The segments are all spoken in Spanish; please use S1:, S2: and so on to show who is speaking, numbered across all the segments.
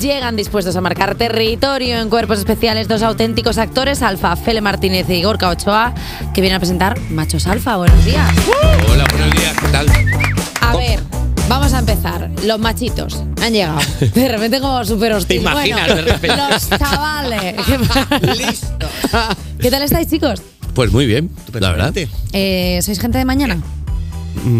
S1: Llegan dispuestos a marcar territorio en cuerpos especiales dos auténticos actores alfa, Fele Martínez y Gorka Ochoa, que vienen a presentar Machos Alfa. Buenos días.
S2: Hola, buenos días, ¿qué tal?
S1: A ver, vamos a empezar. Los machitos han llegado. De repente como súper hostil.
S2: ¿Te imaginas,
S1: Bueno,
S2: de repente?
S1: Los chavales. Listo. ¿Qué tal estáis, chicos?
S2: Pues muy bien, la verdad.
S1: Eh, ¿Sois gente de mañana?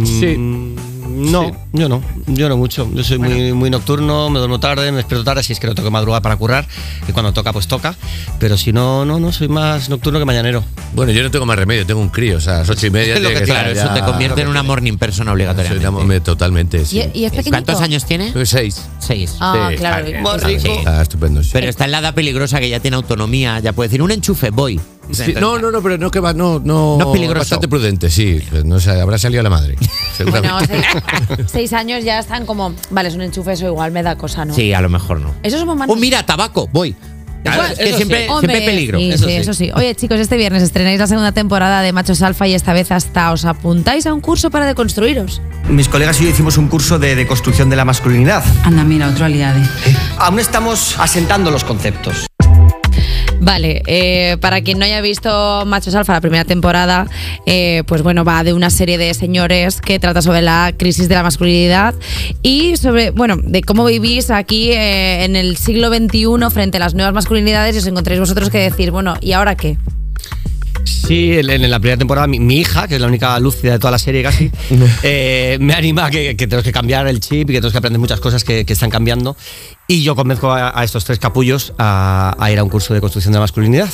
S3: Sí. No, yo no, yo no mucho. Yo soy muy, muy nocturno, me duermo tarde, me despierto tarde, si es que no tengo que madrugar para currar, y cuando toca, pues toca. Pero si no, no, no, soy más nocturno que mañanero.
S2: Bueno, yo no tengo más remedio, tengo un crío, o sea, a las ocho y media.
S4: Es lo
S2: tiene
S4: que
S2: que
S4: claro,
S2: estar
S4: eso
S2: ya-
S4: te convierte en una morning person
S2: Soy
S4: obligatoriamente.
S2: una momia totalmente, sí.
S1: ¿Y, y es pequeñito?
S4: ¿Cuántos años tiene?
S2: Soy seis.
S4: Seis.
S1: Ah,
S2: Sí, Pues,
S1: claro.
S2: está bien,
S3: Más
S2: está
S3: rico.
S2: bien, Está estupendo, sí.
S4: Pero está en la edad peligrosa que ya tiene autonomía, ya puede decir un enchufe, voy.
S2: Sí, no, no, no, pero no que va, no, no.
S4: No es peligroso.
S2: Bastante prudente, sí. pues No sé, habrá salido a la madre.
S1: Bueno,
S2: Seguramente.
S1: seis, seis años ya están como, vale, es un enchufe, eso igual me da cosa, ¿no?
S4: Sí, a lo mejor no.
S1: Esos son momentos...
S4: Oh, mira, tabaco, voy.
S3: Claro,
S4: es que
S3: eso sí.
S4: siempre, siempre hay
S1: Hombre,
S4: peligro.
S1: Sí,
S3: eso
S1: sí,
S3: sí.
S1: eso sí. Oye, chicos, este viernes estrenáis la segunda temporada de Machos Alfa y esta vez hasta os apuntáis a un curso para deconstruiros.
S5: Mis colegas y yo hicimos un curso de, de construcción de la masculinidad.
S6: Anda, mira, otro aliado.
S5: Aún estamos asentando los conceptos.
S1: Vale, eh, para quien no haya visto Machos Alfa, la primera temporada, eh, pues bueno, va de una serie de señores que trata sobre la crisis de la masculinidad y sobre, bueno, de cómo vivís aquí eh, en el siglo XXI frente a las nuevas masculinidades y os encontréis vosotros que decir, bueno, ¿y ahora qué?
S3: Sí, en, en la primera temporada mi, mi hija, que es la única lúcida de toda la serie casi, eh, me anima a que, que tenemos que cambiar el chip y que tenemos que aprender muchas cosas que, que están cambiando. Y yo convenzco a, a estos tres capullos a, a ir a un curso de construcción de la masculinidad.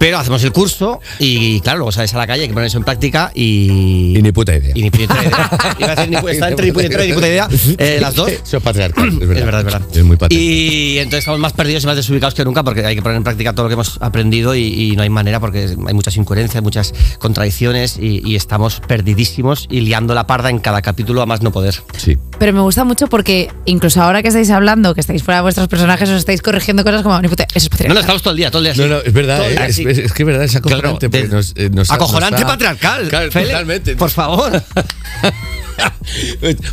S3: Pero hacemos el curso y claro, luego sales a la calle, hay que poner eso en práctica y...
S2: Y ni puta idea.
S3: y ni puñetera idea. Iba a decir, ni pu- está entre ni puñetera y ni puta idea, eh, las dos.
S2: Eso es patriarcal. Es verdad,
S3: Es verdad, es verdad.
S2: Es muy patriarcal.
S3: Y entonces estamos más perdidos y más desubicados que nunca porque hay que poner en práctica todo lo que hemos aprendido y, y no hay manera porque hay muchas incoherencias, muchas contradicciones y, y estamos perdidísimos y liando la parda en cada capítulo a más no poder.
S2: Sí.
S1: Pero me gusta mucho porque incluso ahora que estáis hablando, que estáis fuera de vuestros personajes, os estáis corrigiendo cosas como, "Ni puta- eso es
S3: No,
S1: patriarcal".
S3: no, estamos todo el día, todo el día así.
S2: Eh, No, no, es verdad,
S3: Todo el
S2: eh,
S3: día
S2: es,
S3: así.
S2: es- es que es verdad, es acojonante.
S3: Claro,
S2: porque
S3: de-
S2: nos- eh, nos-
S3: Acojonante
S2: nos da-
S3: patriarcal.
S2: Claro,
S3: Fele,
S2: totalmente.
S3: Por favor.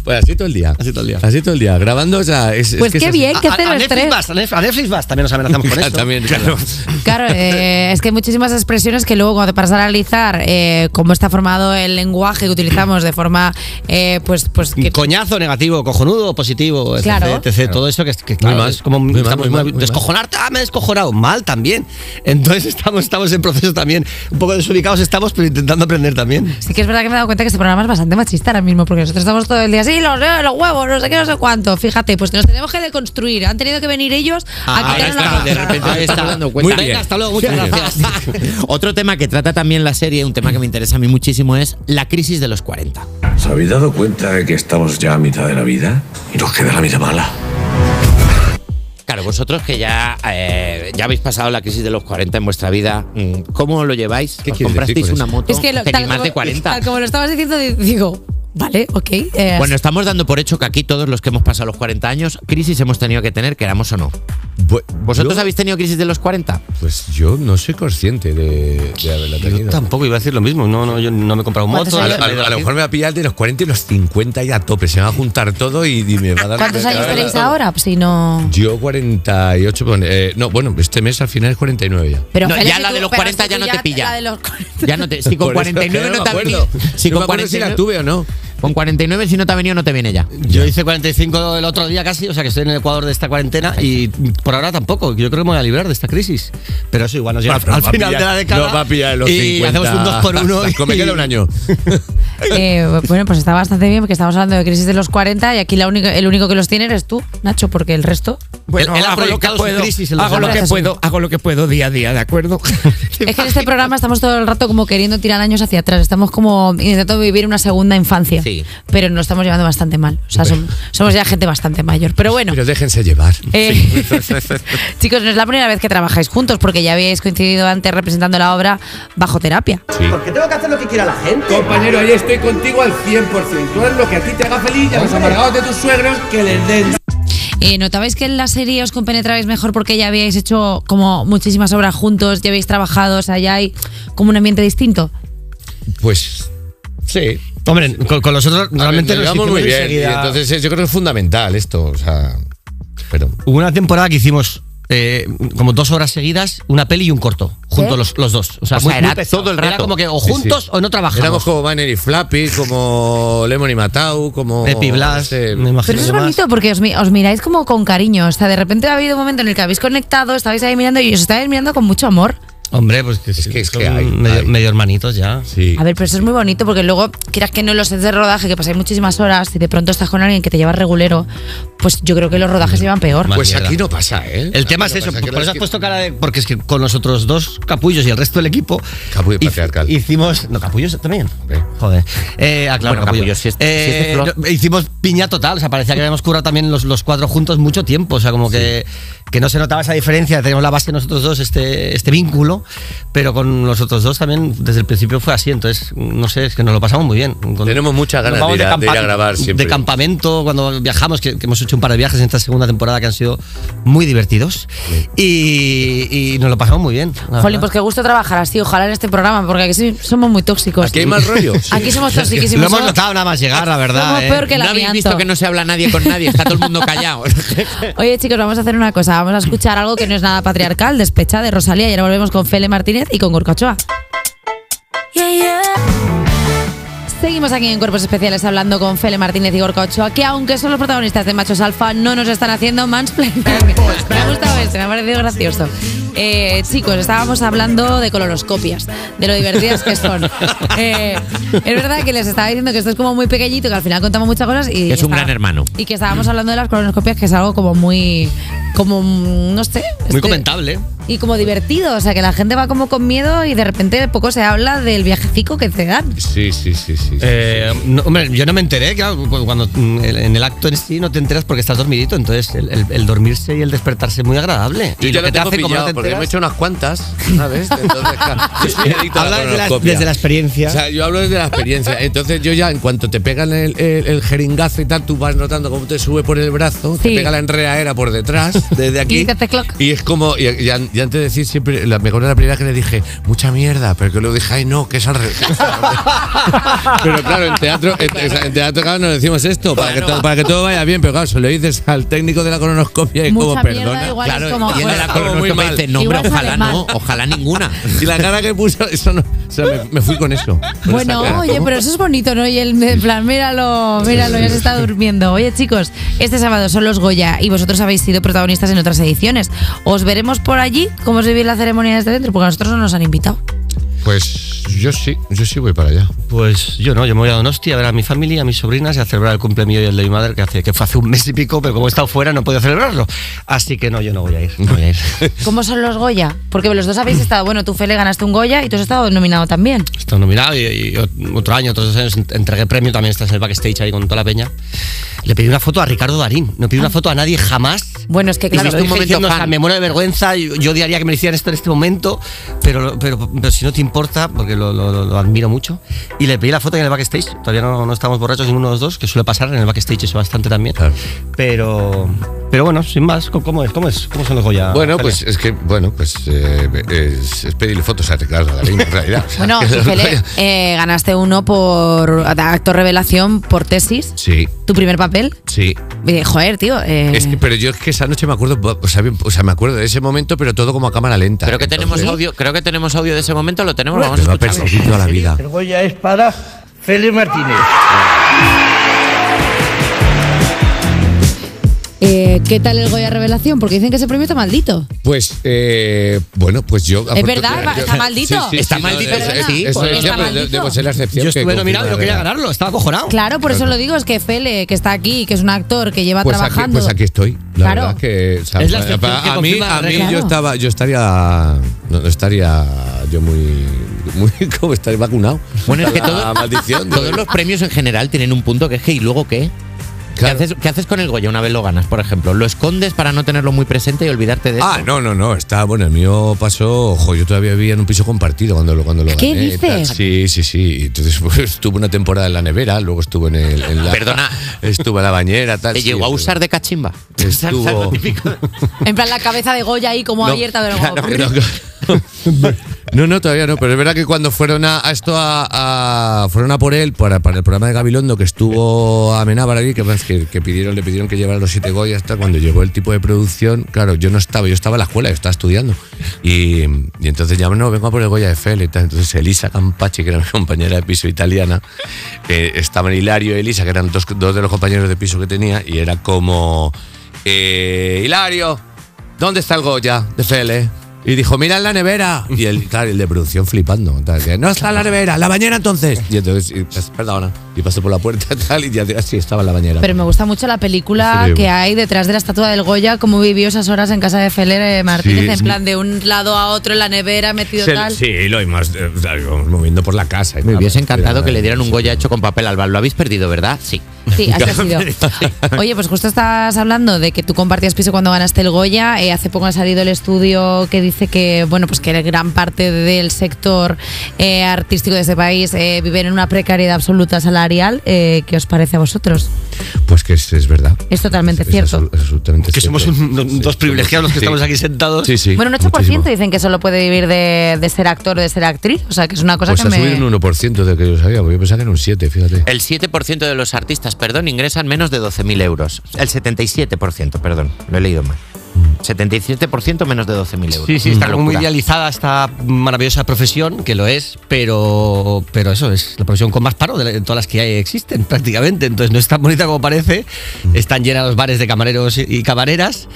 S2: Pues así todo el día.
S3: Así todo el día.
S2: Así todo el día. Grabando, o sea, es. es
S1: Pues
S2: que Ah,
S1: qué
S2: es así.
S1: bien, que
S3: a,
S1: cero
S3: a Netflix
S1: estrés.
S3: Vas, a Netflix- a Netflix Vas también nos amenazamos con
S2: Ah,
S3: esto.
S2: también, claro.
S1: Claro, eh, es que hay muchísimas expresiones que luego cuando te paras a analizar eh, cómo está formado el lenguaje que utilizamos de forma, eh, pues, pues que
S3: Coñazo, negativo, cojonudo, positivo, etc,
S1: Claro.
S3: etc, todo eso que, que claro,
S2: mal,
S3: es como
S2: muy mal,
S3: estamos
S2: muy mal,
S3: muy-
S2: muy mal.
S3: descojonarte, ah, me he descojonado, mal también. Entonces estamos, estamos en proceso también, un poco desubicados estamos, pero intentando aprender también.
S1: Sí que es verdad que me he dado cuenta que este programa es bastante machista ahora mismo, porque nosotros estamos todo el día así, los, eh, los huevos, no sé qué, no sé cuánto. Fíjate, pues nos tenemos que deconstruir. Han tenido que venir ellos a
S4: Ahora
S1: quitarnos la
S4: estamos, Ah, de
S1: panza.
S4: repente nos
S3: Ahí
S4: estamos
S3: está.
S4: dando cuenta.
S2: Muy bien.
S4: Venga, hasta luego,
S2: Muy
S4: muchas
S2: bien.
S4: gracias. Otro tema que trata también la serie, un tema que me interesa a mí muchísimo, es la crisis de los 40.
S7: ¿Os habéis dado cuenta de que estamos ya a mitad de la vida? Y nos queda la mitad mala.
S4: Claro, vosotros que ya, eh, ya habéis pasado la crisis de los 40 en vuestra vida, mm, ¿cómo lo lleváis?
S2: ¿Qué
S4: ¿Os
S2: quieres
S4: comprasteis
S2: decir con
S4: una
S2: eso?
S4: moto?
S1: Es que lo-
S4: Tenéis
S1: tal,
S4: más
S1: como,
S4: de 40.
S1: tal como lo estabas diciendo, di- digo, vale, ok. eh,
S4: Bueno, estamos dando por hecho que aquí todos los que hemos pasado los 40 años, crisis hemos tenido que tener, queramos o no.
S2: Bu-
S4: ¿Vosotros
S2: yo-
S4: habéis tenido crisis de los 40?
S2: Pues yo no soy consciente de, de haberla
S3: Yo
S2: tenido.
S3: tampoco iba a decir lo mismo, no, no, yo no me he comprado
S1: ¿Cuántos
S3: moto.
S2: A,
S1: años?
S2: lo- a lo- a lo mejor me va a pillar de los 40 y los 50 y a tope. Se me va a juntar todo y, y me va a dar.
S1: ¿Cuántos
S2: me va a
S1: años
S2: dar-
S1: tenéis ahora? Pues Si no.
S2: Yo 48. bueno, eh, no, bueno, este mes al final es 49 ya.
S1: Pero,
S4: No,
S1: Félix,
S4: ya la
S1: tú-
S4: de los
S1: pero
S4: 40
S1: si
S4: ya
S1: tú
S4: no te pilla.
S1: La de los 40.
S4: Ya no te, si con
S2: Por eso es que
S4: 49 no
S2: me
S4: te ha
S2: acuerdo.
S4: venido. Si
S2: No
S4: con
S2: me acuerdo si la
S4: 49
S2: tuve o no.
S4: con 49 si no te ha venido no te viene ya.
S3: Yo hice 45 el otro día casi, o sea que estoy en el Ecuador de esta cuarentena y por ahora tampoco. Yo creo que me voy a librar de esta crisis. Pero eso igual nos lleva
S2: Va, pero
S3: al
S2: va a
S3: final
S2: pillar-
S3: de la década.
S2: No va a pillar los
S3: y
S2: 50.
S3: hacemos un 2 por 1
S2: Como me queda un año.
S1: Eh, bueno, pues está bastante bien porque estamos hablando de crisis de los 40 y aquí la única- el único que los tiene eres tú, Nacho, porque el resto.
S3: Bueno, Él- él ha hago lo que proyectado su puedo, crisis en los hago lo demás.
S1: que puedo,
S4: hago lo que puedo día a día, ¿de acuerdo?
S1: Es que en este programa estamos todo el rato como queriendo tirar años hacia atrás. Estamos como intentando vivir una segunda infancia.
S4: Sí.
S1: Pero nos estamos llevando bastante mal. O sea, som- somos ya gente bastante mayor. Pero bueno.
S2: Pero déjense llevar.
S1: eh, chicos, no es la primera vez que trabajáis juntos porque ya habíais coincidido antes representando la obra bajo terapia.
S5: Porque tengo que hacer lo que quiera la gente.
S8: Compañero, ahí estoy contigo al 100%. Tú haz lo que a ti te haga feliz y a los amargados de tus suegros que les den.
S1: Eh, ¿Notabais que en la serie os compenetrabais mejor porque ya habíais hecho como muchísimas obras juntos, ya habéis trabajado, o sea, ya hay como un ambiente distinto?
S2: Pues sí.
S3: Hombre, con, con los otros
S2: A ver,
S3: realmente
S2: nos
S3: nos
S2: llevamos
S3: hicimos
S2: muy bien.
S3: enseguida-
S2: Y entonces eh, yo creo que es fundamental esto. O sea, pero.
S3: Hubo una temporada que hicimos eh, como dos horas seguidas, una peli y un corto, juntos
S1: ¿Sí?
S3: los, los dos. O sea, Ah,
S4: O sea,
S3: muy-
S4: era
S3: muy pesado.
S4: todo el
S3: Era
S4: rato.
S3: como que o
S2: Sí,
S3: juntos
S2: sí.
S3: o no
S2: Éramos
S3: trabajamos.
S2: como Banner y Flappy, como Lemon y Matau, como.
S3: Pepi Blas,
S2: no sé,
S3: me imagino
S1: Pero eso es
S3: que más.
S1: bonito porque os, mi- os miráis como con cariño. O sea, de repente ha habido un momento en el que habéis conectado, estabais ahí mirando y os estabais mirando con mucho amor.
S3: Hombre, pues que, sí,
S2: que- es
S3: son
S2: que hay-
S3: medio,
S2: hay.
S3: medio hermanitos ya.
S2: Sí.
S1: A ver, pero eso es muy bonito porque luego, quieras que no, en los sets de rodaje, que pasáis muchísimas horas y de pronto estás con alguien que te lleva regulero, pues yo creo que los rodajes llevan peor.
S3: Más
S2: pues
S3: mierda.
S2: aquí no pasa, ¿eh?
S3: El tema es
S2: Aquí no pasa,
S3: eso, por
S2: que
S3: por
S2: no
S3: eso
S2: es
S3: has
S2: que-
S3: puesto cara de. Porque es que con nosotros dos capullos y el resto del equipo.
S2: Capullo
S3: hic-
S2: patriarcal.
S3: Hicimos. No, capullos también.
S2: Hombre.
S3: Joder. Eh, ah, claro,
S4: Bueno, capullos, si es- si es de
S3: Eh,
S4: flor.
S3: no, hicimos piña total, o sea, parecía que habíamos curado también los, los cuatro juntos mucho tiempo, o sea, como que, que no se notaba esa diferencia. Teníamos la base nosotros dos, este, este vínculo, pero con los otros dos también desde el principio fue así, entonces, no sé, es que nos lo pasamos muy bien. Con-
S2: Tenemos muchas ganas
S3: nos vamos
S2: de ir a- de ir a
S3: campa-
S2: grabar siempre.
S3: De campamento, cuando viajamos, que, que hemos hecho un par de viajes en esta segunda temporada que han sido muy divertidos. Y, y nos lo pasamos muy bien. la
S1: Jolín,
S3: verdad.
S1: pues qué gusto trabajar así, ojalá en este programa, porque aquí sí somos muy tóxicos.
S2: Aquí hay más rollo.
S1: Aquí somos toxiquísimos.
S3: lo hemos
S1: somos-
S3: notado nada más llegar, la verdad.
S1: Somos
S3: eh.
S1: peor que el
S4: no habéis
S1: amianto.
S4: visto que no se habla nadie con nadie, está todo el mundo callado.
S1: Oye, chicos, vamos a hacer una cosa. Vamos a escuchar algo que no es nada patriarcal, despecha de Rosalía. Y ahora volvemos con Fele Martínez y con Gorcachoa. Seguimos aquí en Cuerpos Especiales hablando con Fele Martínez y Gorka Ochoa, que aunque son los protagonistas de Machos Alfa, no nos están haciendo mansplaining. Me ha gustado este, me ha parecido gracioso. Eh, chicos, estábamos hablando de colonoscopias, de lo divertidas que son. Eh, es verdad que les estaba diciendo que esto es como muy pequeñito, que al final contamos muchas cosas y...
S4: Es un gran hermano.
S1: Y que estábamos hablando de las colonoscopias, que es algo como muy... como, no sé...
S3: Muy
S1: este-
S2: ¿eh?
S3: comentable.
S1: Y como divertido, o sea, que la gente va como con miedo y de repente poco se habla del viajecico que te dan.
S2: Sí, sí, sí, sí. sí.
S3: Eh, no, hombre, yo no me enteré, claro, cu- cuando mm, el- en el acto en sí no te enteras porque estás dormidito, entonces el, el- el dormirse y el despertarse es muy agradable.
S2: Yo
S3: y
S2: ya
S3: lo
S2: lo
S3: que te
S2: tengo
S3: hace como no
S2: pillado
S3: te
S2: porque me he
S3: enteras-
S2: hecho unas cuantas, ¿sabes? Entonces, claro, yo soy adicto a la
S3: Habla desde la-
S2: colonoscopia.
S3: desde la experiencia.
S2: O sea, yo hablo desde la experiencia. Entonces, yo ya, en cuanto te pegan el, el- el jeringazo y tal, tú vas notando cómo te sube por el brazo,
S1: Sí.
S2: te pega la enreaera por detrás, desde aquí.
S1: Y te hace cloc.
S2: Y es como, y, y an- y antes de decir siempre, la, me acuerdo la primera que le dije, mucha mierda, pero que luego dije, ay no, que es al revés. pero claro, en teatro, en, en teatro claro, nos decimos esto, para, que todo, para que todo vaya bien, pero claro, se lo dices al técnico de la colonoscopia y es como,
S1: Mucha mierda,
S2: perdona.
S1: igual es como,
S4: y en
S1: pues,
S4: la
S2: Como muy
S4: colonoscopia
S2: mal.
S4: dice, no, hombre,
S1: Igual sale
S4: ojalá
S1: mal.
S4: no, ojalá ninguna.
S2: Y la cara que puso, eso no. O sea, me, me fui con eso. con
S1: Bueno,
S2: esa cara.
S1: oye, pero eso es bonito, ¿no? Y el en plan, míralo, míralo, ya se está durmiendo. Oye, chicos, este sábado son los Goya y vosotros habéis sido protagonistas en otras ediciones. ¿Os veremos por allí? ¿Cómo se vive la ceremonia desde dentro? Porque a nosotros no nos han invitado.
S2: Pues yo sí, yo sí voy para allá.
S3: Pues yo no, yo me voy a Donosti a ver a mi familia, a mis sobrinas y a celebrar el cumpleaños mío y el de mi madre, que, hace, que fue hace un mes y pico, pero como he estado fuera no he podido celebrarlo. Así que no, yo no voy a ir. No voy a ir.
S1: ¿Cómo son los Goya? Porque los dos habéis estado, bueno, tú Fele ganaste un Goya y tú has estado nominado también.
S3: He estado nominado y, y otro año, otros dos años, ent- entregué premio, también estás en el backstage ahí con toda la peña. Le pedí una foto a Ricardo Darín, no pedí una foto a nadie jamás.
S1: Bueno, es que
S3: Y
S1: claro,
S3: viste un momento diciendo, o sea,
S4: fan.
S3: me muero de vergüenza, yo, yo odiaría que me hicieran esto en este momento, pero, pero, pero si no te importa, porque lo, lo- lo- lo admiro mucho. Y le pedí la foto en el backstage, todavía no, no estamos borrachos ninguno de los dos, que suele pasar en el backstage eso bastante también.
S2: Claro.
S3: Pero, pero bueno, sin más, ¿cómo- ¿cómo es? ¿Cómo es? ¿Cómo son los Goya?
S1: Ah,
S2: Bueno,
S3: Celia?
S2: pues es que, bueno, pues eh, es, es pedirle fotos a Ricardo Darín, en realidad. O sea,
S1: Bueno,
S2: que
S1: tú,
S2: no
S1: Fele,
S2: vaya-
S1: eh, ganaste uno por acto revelación, por tesis,
S2: Sí,
S1: tu primer papel.
S2: sí.
S1: Eh, joder, tío. eh,
S2: Es que, pero yo es que esa noche me acuerdo, o sea, bien- o sea, me acuerdo de ese momento, pero todo como a cámara lenta.
S4: Creo que tenemos
S2: Entonces,
S4: audio, creo que tenemos audio de ese momento, lo tenemos, vamos a
S2: Me va a
S4: escucharlo.
S2: perseguir toda la vida.
S6: El Goya es para Félix Martínez.
S1: Eh, ¿Qué tal el Goya Revelación? Porque dicen que ese premio está maldito.
S2: Pues, eh, bueno, pues yo.
S1: Es verdad, está maldito.
S4: Está maldito,
S2: eso-
S4: ¿verdad?
S2: eso-
S4: Sí,
S2: eso-
S1: está
S2: ya, pero
S1: maldito.
S2: Debo ser la excepción.
S3: yo
S2: que
S3: estuve
S2: confirma
S3: nominado, yo
S2: la
S3: quería
S2: regla.
S3: ganarlo, estaba cojonado.
S1: Claro, por eso lo digo, es que Fele, que está aquí, que es un actor que lleva
S2: Pues aquí,
S1: trabajando.
S2: pues aquí estoy. La
S1: Claro.
S2: verdad que. o sea,
S3: Es la
S2: pa-
S3: excepción
S2: pa-
S3: que
S2: pues, a mí,
S3: confirma la
S2: a mí
S3: regla.
S2: yo estaba, yo estaría. No, no estaría yo muy. Muy como estar vacunado.
S4: Bueno, es que
S2: La
S4: todo-
S2: maldición.
S4: Todos los premios en general tienen un punto que es que, ¿y luego qué?
S2: Claro.
S4: ¿Qué, haces, qué haces con el Goya una vez lo ganas, por ejemplo? ¿Lo escondes para no tenerlo muy presente y olvidarte de
S2: Ah,
S4: eso?
S2: no, no, no, está bueno. El mío pasó, ojo, yo todavía vivía en un piso compartido cuando lo cuando lo
S1: ¿Qué
S2: gané,
S1: dices?
S2: tal. Sí, sí, sí. Y Entonces pues, estuve una temporada en la nevera, luego estuve en, el, en la
S4: Perdona.
S2: estuve en la bañera, tal.
S4: ¿Te
S2: sí,
S4: llegó a
S2: pero-
S4: usar de cachimba?
S2: Estuvo-
S1: En plan, la cabeza de Goya ahí como
S2: No,
S1: abierta, pero
S2: claro,
S1: como-
S2: no, No, no, todavía no, pero es verdad que cuando fueron a, a esto a, a- fueron a por él para, para el programa de Gabilondo que estuvo Amenábar aquí, que, más que, que pidieron, le pidieron que llevara los siete Goya hasta cuando llegó el tipo de producción, claro, yo no estaba, yo estaba en la escuela, yo estaba estudiando. Y, y entonces ya no, vengo a por el Goya de Fel y tal. Entonces Elisa Campachi, que era mi compañera de piso italiana, eh, estaban Hilario y Elisa, que eran dos, dos de los compañeros de piso que tenía, y era como eh, Hilario. ¿dónde está el Goya de Fele? Y dijo, mira en la nevera. Y el, claro, el de producción flipando. tal, que, no está en la nevera, la bañera entonces. Y entonces, y, pues, perdona. Y pasó por la puerta tal, y ya sí, estaba en la bañera.
S1: Pero me gusta mucho la película
S2: Sí,
S1: que
S2: bueno.
S1: hay detrás de la estatua del Goya, cómo vivió esas horas en casa de Feller eh, Martínez,
S2: Sí,
S1: en
S2: sí.
S1: plan de un lado a otro en la nevera, metido
S2: Se-
S1: tal.
S2: sí, lo íbamos eh, o sea, íbamos moviendo por la casa. y
S4: Me
S2: tal,
S4: hubiese encantado
S2: pero,
S4: que le dieran un
S2: sí.
S4: Goya hecho con papel albal. Lo habéis perdido, ¿verdad? Sí.
S1: Sí, así ha sido. Oye, pues justo estás hablando de que tú compartías piso cuando ganaste el Goya. Eh, hace poco ha salido el estudio que dice que, bueno, pues que gran parte del sector eh, artístico de este país eh, viven en una precariedad absoluta salarial. Eh, ¿Qué os parece a vosotros?
S2: Pues que es, es verdad.
S1: Es totalmente
S2: Es- es
S1: cierto.
S2: absolu- es absolutamente
S3: Que somos
S2: cierto.
S3: un-
S2: Sí,
S3: dos privilegiados los que
S2: sí.
S3: estamos aquí sentados.
S2: Sí, sí.
S1: bueno, un 8%
S2: muchísimo.
S1: dicen que solo puede vivir de, de ser actor o de ser actriz. O sea, que es una cosa
S2: Pues
S1: que
S2: ha
S1: me...
S2: subido un 1% de que yo sabía, porque yo pensaba que era un 7, fíjate.
S4: El 7% de los artistas, perdón, ingresan menos de 12.000 euros. El 77%, perdón, lo he leído mal. 77% menos de 12.000 euros.
S3: Sí, sí,
S4: Una
S3: está como muy
S4: locura.
S3: idealizada esta maravillosa profesión, que lo es, pero, pero eso es la profesión con más paro de, la- de todas las que hay- existen prácticamente. Entonces no es tan bonita como parece.
S2: Mm.
S3: Están llenas los bares de camareros y- y camareras.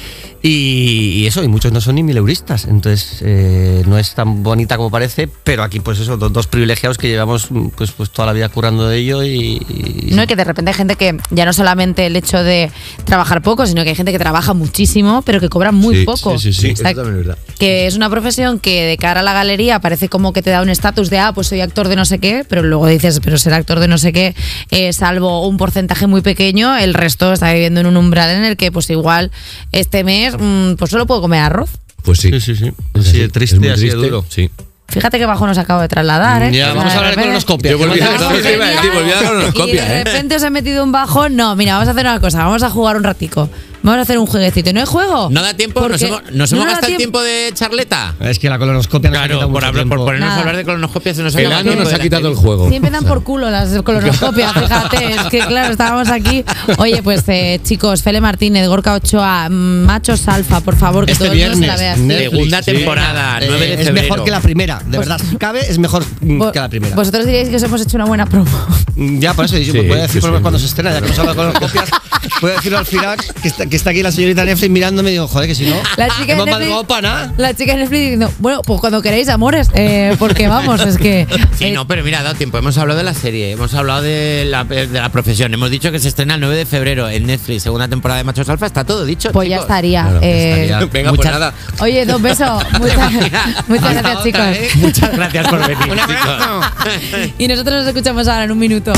S3: Y, y eso, y muchos no son ni mileuristas. Entonces eh, no es tan bonita como parece, pero aquí pues eso, dos, dos privilegiados que llevamos mm, pues, pues toda la vida currando de ello y... y-
S1: No, y que de repente hay gente que ya no solamente el hecho de trabajar poco, sino que hay gente que trabaja muchísimo, pero que cobra muy
S2: Sí,
S1: poco.
S2: sí, sí, sí,
S1: O sea,
S2: eso también es verdad.
S1: Que es una profesión que de cara a la galería parece como que te da un estatus de, ah, pues soy actor de no sé qué, pero luego dices, pero ser actor de no sé qué, eh, salvo un porcentaje muy pequeño, el resto está viviendo en un umbral en el que pues igual este mes mm, pues solo puedo comer arroz.
S2: Pues sí.
S3: Sí, sí, sí.
S2: Es
S3: Así de
S2: es
S3: triste,
S2: muy
S3: así de
S2: triste,
S3: duro.
S2: Sí.
S1: Fíjate que bajo nos acabo de trasladar, ¿eh?
S3: Ya,
S1: O sea,
S3: vamos a
S1: de
S3: hablar con
S1: repente-
S3: unos copias.
S2: Yo volví a-
S1: Estamos
S2: Eso te iba a decir,
S1: genial.
S2: volví a dar unos
S1: Y
S2: copias,
S1: de
S2: ¿eh?
S1: repente os he metido un bajón. No, mira, vamos a hacer una cosa. Vamos a jugar un ratico. Vamos a hacer un jueguecito. ¿Y ¿No hay juego?
S4: ¿No da tiempo? ¿Nos
S1: Porque
S4: hemos, nos
S1: no
S4: hemos
S1: da
S4: gastado el tiempo de charleta?
S3: Es que la colonoscopia nos ha quitado
S4: Claro, por,
S3: mucho
S4: hablar, por
S3: tiempo.
S4: ponernos
S1: Nada.
S4: a hablar de colonoscopia se nos ha
S2: El
S4: acabado
S2: ano
S4: tiempo
S2: nos
S4: de
S2: ha
S4: la
S2: quitado el
S4: tele.
S2: juego.
S1: Siempre dan por culo las colonoscopias, fíjate. Es que, claro, estábamos aquí. Oye, pues, eh, chicos, Fele Martínez, Gorka Ochoa, mm, Machos Alfa, por favor, que
S3: Este
S1: todo el mundo se la
S3: viernes,
S1: vea.
S3: Netflix,
S4: Segunda
S3: sí.
S4: temporada,
S3: Eh,
S4: 9 de
S3: Es
S4: febrero.
S3: mejor que la primera,
S1: Pues
S3: de verdad. Si cabe, es mejor mm,
S1: Vo-
S3: que la primera.
S1: Vosotros diréis que os hemos hecho una buena promo.
S3: Mm, ya, por eso yo
S2: Sí,
S3: voy a decir
S2: sí,
S3: por lo menos
S2: sí.
S3: cuando se estrena, ya que nos habla con las copias. Voy a decirlo al final, que está, que está aquí la señorita Netflix mirándome y digo, joder, que si no.
S1: La chica, de
S3: hemos
S1: Netflix,
S3: madrugado para nada.
S1: la chica de Netflix diciendo, bueno, pues cuando queréis, amores, eh, porque vamos, es que.
S4: Sí,
S1: eh,
S4: no, pero mira, ha dado tiempo. Hemos hablado de la serie, hemos hablado de la, de la profesión. Hemos dicho que se estrena el 9 de febrero en Netflix, segunda temporada de Machos Alfa. Está todo dicho.
S1: Pues ya
S4: chicos.
S1: estaría.
S2: Claro, ya
S1: eh,
S2: estaría. Venga, pues nada.
S1: Oye, dos besos. Muchas, muchas gracias,
S4: Hasta otra,
S1: chicos.
S4: ¿eh? Muchas gracias por venir.
S1: Un
S4: chicos.
S1: Y nosotros nos escuchamos ahora en un minuto.